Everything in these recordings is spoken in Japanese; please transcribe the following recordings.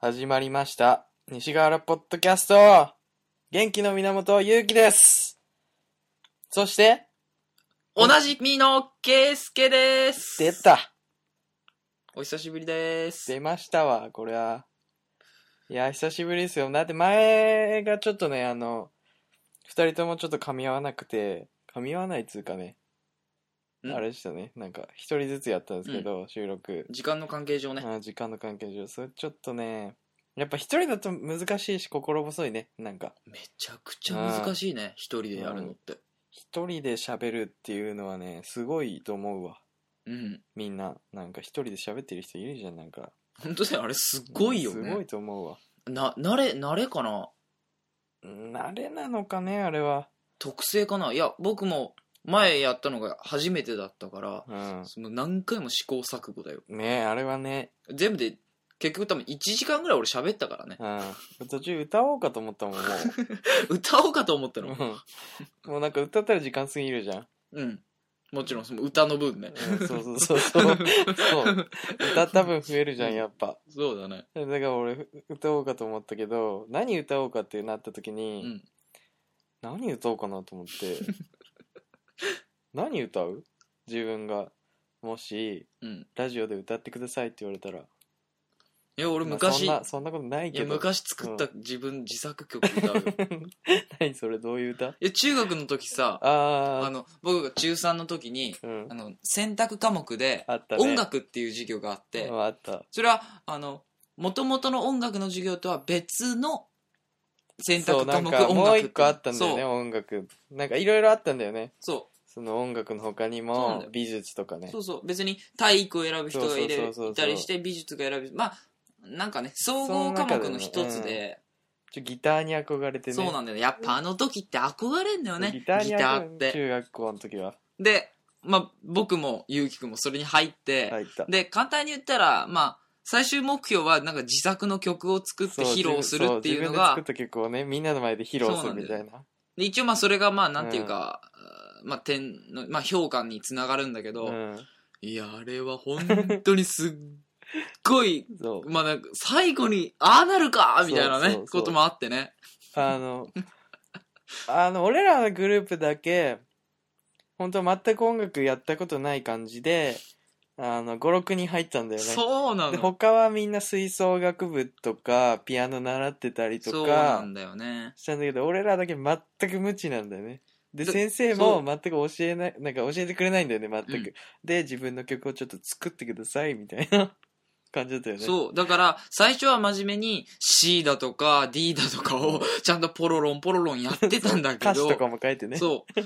始まりました。西川原ポッドキャスト元気の源、ゆうきですそして、おなじみのケイスケです。出たお久しぶりです。出ましたわ、これは。いや、久しぶりですよ。だって前がちょっとね、あの、二人ともちょっと噛み合わなくて、噛み合わないっつうかね、んあれでしたね、なんか一人ずつやったんですけど、収録。時間の関係上ね。あー時間の関係上、それちょっとね、やっぱ一人だと難しいし、心細いね、なんか。めちゃくちゃ難しいね。一人でやるのって。一人で喋るっていうのはね、すごいと思うわ。うん。みんな、なんか一人で喋ってる人いるじゃん、なんか。本当だよ。あれすごいよすごねい。と思うわ。な、慣れ、慣れかな慣れなのかね、あれは。特性かないや、僕も前やったのが初めてだったから、うん。その何回も試行錯誤だよ。ねえ、あれはね、全部で、結局多分1時間ぐらい俺喋ったからね。うん。途中歌おうかと思ったもん、も歌おうかと思ったう。うの。んもうなんか歌ったら時間過ぎるじゃん。うん。もちろんその歌の分ね。うん、そうそうそうそう。そう。歌った分増えるじゃん、やっぱ。 そうだね。だから俺、歌おうかと思ったけど、何歌おうかってなった時うに、ん。何歌おうかなと思って 何歌う自分がもしうん。ラジオで歌ってくださいって言われたらいや、俺まあ昔、そんなそんなことないいけやど昔作った自分自作曲歌うよ 何それどういう歌いや中学の時さあーあの僕が中3の時にうんあの選択科目であったね音楽っていう授業があってうんあったそれはあの元々の音楽の授業とは別の選そう択な科ん目か音もう楽一個あったんだよねそう音楽なんかいろいろあったんだよねそその音楽の他にそうなんもだよ美術とかねうそうそう別に体育を選ぶ人がいれそうそうそうそういたりして美術が選ぶまあなんかね総合科目の一つでちょギターに憧れてねそうなんだよねやっぱあの時って憧れんだよねギギタターに憧ーっれて中学校の時はで、まあ、僕もゆうきくんもそれに入って、入ったで、簡単に言ったら、まあ、最終目標はなんか自作の曲を作ってそう披露するって自分そう自いうの分でが、作った曲をねみんなの前で披露するみたいなで一応まあそれがまあなんていうか、まあ点の、まあ評価につながるんだけど、うんいや、あれは本当にすっごい、 そうまあなんか最後に、ああなるかみたいなそうそねうそうこともあってね。あの、 あの、俺らのグループだけ、本当全く音楽やったことない感じで、あの、5、6人入ったんだよね。そうなで、の。他はみんな吹奏楽部とか、ピアノ習ってたりそとうなかん、だよね。したんだけど、俺らだけ全く無知なんだよね。で、で先生も全く教えない、なんか教えてくれないんだよね、全く。うんで、自分の曲をちょっと作ってください、みたいな感じだったよね。そう。だから、最初は真面目に C だとか D だとかを、ちゃんとポロロンポロロンやってたんだけ ど。歌詞とかも書いてね。そう。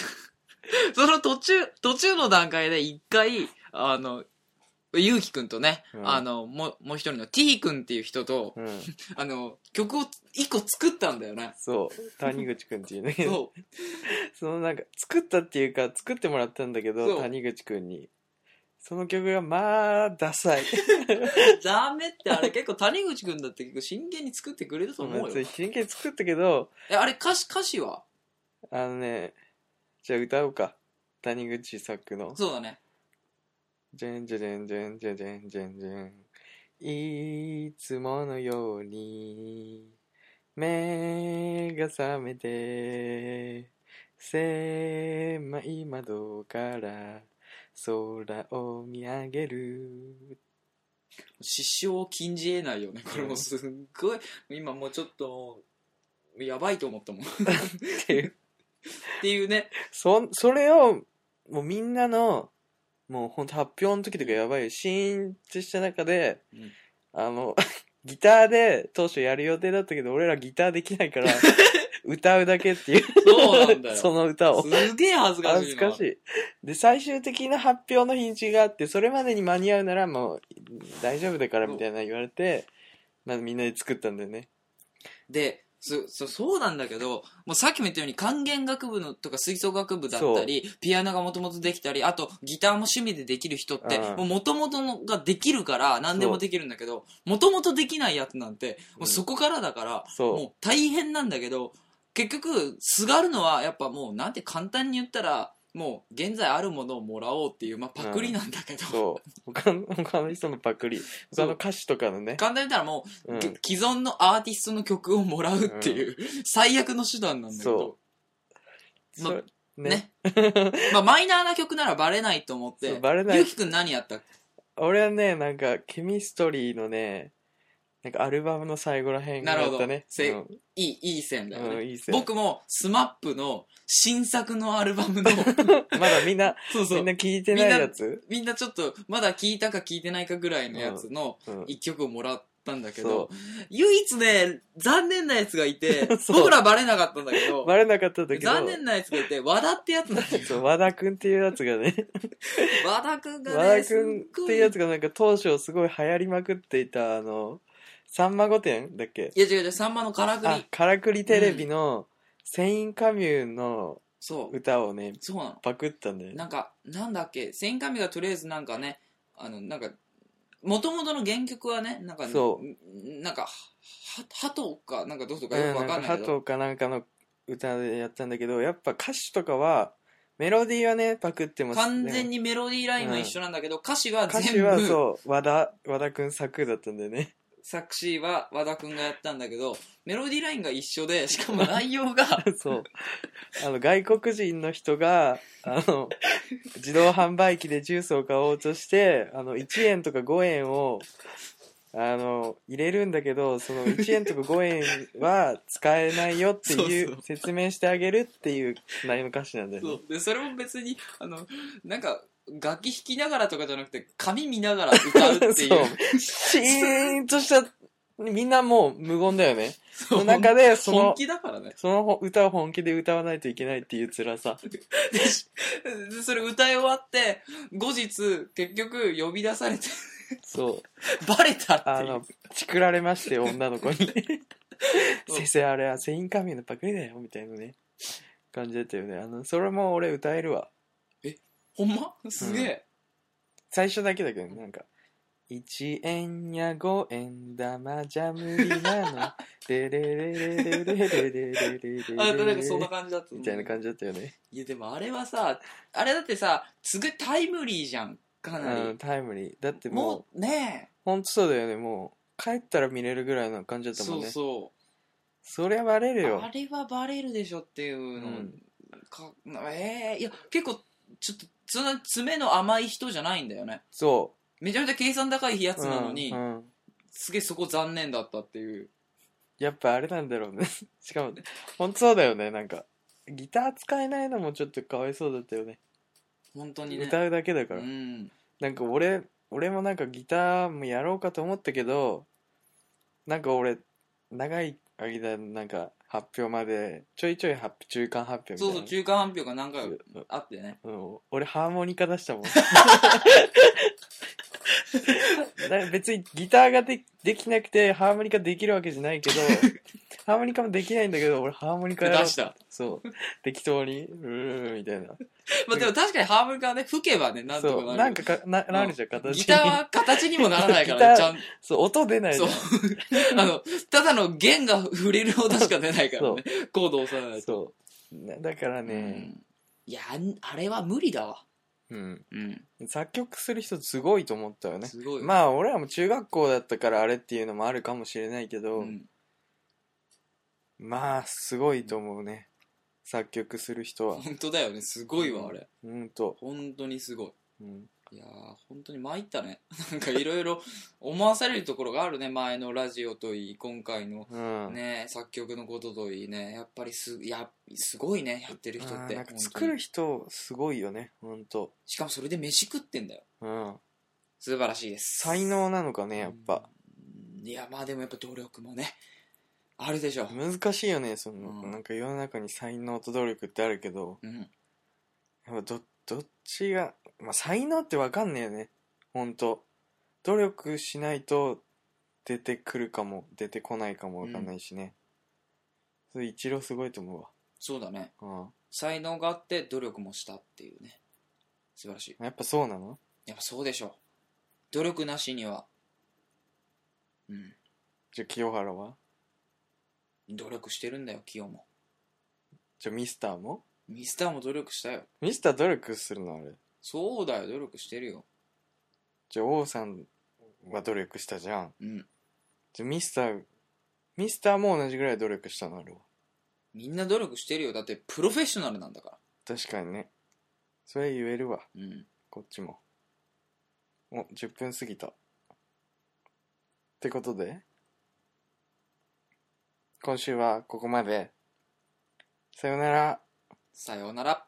その途中、途中の段階で一回、あの、ゆうきくんとね、うんあの、もう、もう一人の T くんっていう人と、うん。あの、曲を一個作ったんだよね。そう。谷口くんっていうね。そう。 そのなんか作ったっていうか作ってもらったんだけどそう谷口くんにその曲がまあダ サいダメってあれ結構谷口くんだって結構真剣に作ってくれたと思うよ。真剣に作ったけどえ、あれ歌詞、歌詞はあのねじゃあ歌おうか谷口作のそうだね。 「ジェンジェジェンジェンジェンジェンジェンジェン」いつものように目が覚めて狭い窓から空を見上げる失笑を禁じ得ないよね。これもすっごい、今もうちょっと、やばいと思ったもん。っっていうていうね。そ、それを、もうみんなの、もうほんと発表の時とかやばいよシーンとした中で、うんあの、 ギターで当初やる予定だったけど、俺らギターできない から、歌うだけっていう。そうなんだ よ。その歌を。すげえ恥ずか恥しずいな。かしい。で、最終的な発表の日にちがあって、それまでに間に合うならもう大丈夫だからみたいな言われて、まあみんなで作ったんだよね。で、そ、そ、そうなんだけど、もうさっきも言ったように管弦楽部のとか吹奏楽部だったり、ピアノがもともとできたり、あとギターも趣味でできる人って、うんもう元々のができるから何でもできるんだけど、もともとできないやつなんて、もうそこからだから、そもう大変なんだけど、結局、すがるのはやっぱもうなんて簡単に言ったら、もう現在あるものをもらおうっていう、まあ、パクリなんだけど、そう他の他の人のパクリ他の歌手とかのね、簡単に言ったらもう、うん、既存のアーティストの曲をもらうっていう、最悪の手段なんだけどそ、まそうねねまあ、マイナーな曲ならバレないと思っそてうバレないゆうきくん何やった俺はねなんかケミストリーのねなんかアルバムの最後らへんなるやほどったねせうんいいいい線だよね、うんいい線僕も SMAP の新作のアルバ ムのまだみんなそう そみうんな聞いてないやつみんなちょっとまだ聞いたか聞いてないかぐらいのやつのうん一曲をもらったんだけど、唯一ね残念なやつがいて 僕らバレなかったんだけどバレなかったんだけど残念なやつがいて和田ってやつなんだけどそう和田君っていうやつがね和田くんがね和田すっ君っ ごていいうやつがなんか当初すごい流行りまくっていたあの「さんま御殿」だっけいや違う違うさんまのからくありからくりテレビの「セインカミュー」のそう歌をねそうなのパクったんだよねなんかなんだっけ千神がとりあえずなんかねあのなんかもともとの原曲はねなんかそんなんかは鳩かなんかどうとかうよんくわなんかかんないハけど、トかなんかの歌でやったんだけどやっぱ歌詞とかはメロディーはねパクってます完全ににメロディーラインは一緒なんだけど、歌詞は歌詞全は部そう和田和田君作だったんだよね 作詞は和田くんがやったんだけどメロディーラインが一緒でしかも内容が そう。あの、外国人の人が、あの、自動販売機でジュースを買おうとして、あの、1円とか5円を、あの、入れるんだけど、その1円とか5円は使えないよってい そううそ、説明してあげるっていう内容の歌詞なんだよねそ。うでそれも別にあのなんか楽器弾きながらとかじゃなくて紙見ながら歌うっていう そう。シーンとした、みんなもう無言だよね。そのう中で、そ本の、気だからねその歌を本気で歌わないといけないっていう辛さ。でそれ歌い終わって後日結局呼び出されて そう。バレたっあていうの、チクられましてよ、女の子に。うん先生、あれはセインカミューのパクリだよ、みたいなね。感じだったよね。あの、それも俺歌えるわ。ほんますげえ、最初だけだけどね、なんか。一円や五円玉じゃ無理なの。でれれれれれれれれれれれ。あなんかそんな感じだったみたいな感じだったよね。じいやでもあれはさあれだってさすごいタイムリーじゃんかなり、うん、タイムリー。だってもうも、うねほんとそうだよね、もう。帰ったら見れるぐらいの感じだったもそんうね。そそりゃバレうるよあ。れはバレるでしょっていうの、うんかええいや結構ちょっとそんな爪の甘い人じゃないんだよねそめちゃめちゃ計算高いやう。つなのに、うんうんすげえそこ残念だったっていうやっぱあれなんだろうね。 し かも、ほんとそうだよね。なんか、ギター使えないのもちょっとかわいそうだったよね。本当にね歌うだけだかうら。んなんか俺、俺もなんかギターもやろうかと思ったけど、なんか俺、長い間、なんか発表まで、ちょいちょい発表中間発表みたいそな。うそう中間発表が何回かうんあってねうん俺ハーモニカ出した もんな別にギターがでできなくてハーモニカできるわけじゃないけ どハーモニカもできないんだけど俺ハーモニカ出やろうしたそう適当にうーんみたいなまあでも確かにハーモニカはね吹けばねなんとそかうななるんかかななるじゃんう形んギにターは形にもならないから ねギちタゃーんそう音出ないじそゃう あのただの弦が触れる音しか出ないからねコードを押さなんいそとうなだからね、うんいやあんあれは無理だわうんうん作曲する人すごいと思ったよねすごいまあ俺らも中学校だったからあれっていうのもあるかもしれないけど、うんまあすごいと思うね作曲する人は本当だよねすごいわあれうんと、本当にすごいうん、いやー本当に参ったね なんかいろいろ思わされるところがあるね前のラジオといい今回のうんね作曲のことといいねやっぱりすやすごいねやってる人あっーてなんか本当に作る人すごいよねほんと、しかもそれで飯食ってんだようん、素晴らしいです才能なのかねやっぱうんいやまあでもやっぱ努力もねあるでしょ難しいよねその、うんなんか世の中に才能と努力ってあるけどうんやっぱどどっちが、まあ、才能ってわかんねえよねほんと努力しないと出てくるかも出てこないかもわかんないしね、それ一郎すごいと思うそうだねわ、才能があって努力もしたっていうね素晴らしいうん、やっぱそうなのやっぱそうでしょ努力なしにはうんじゃあ清原は努力してるんだよ清もじゃあミスターもミスターも努力したよ。ミスター努力するのあれそうだよ、努力してるよ。じゃあ王さんは努力したじゃんうん。じゃあミスターミスターも同じぐらい努力したのあれはみんな努力してるよ。だって、プロフェッショナルなんだか確かにねそれ言えるわら。うん。こっちもお10分過ぎたってことで今週はここまでさようならさようなら。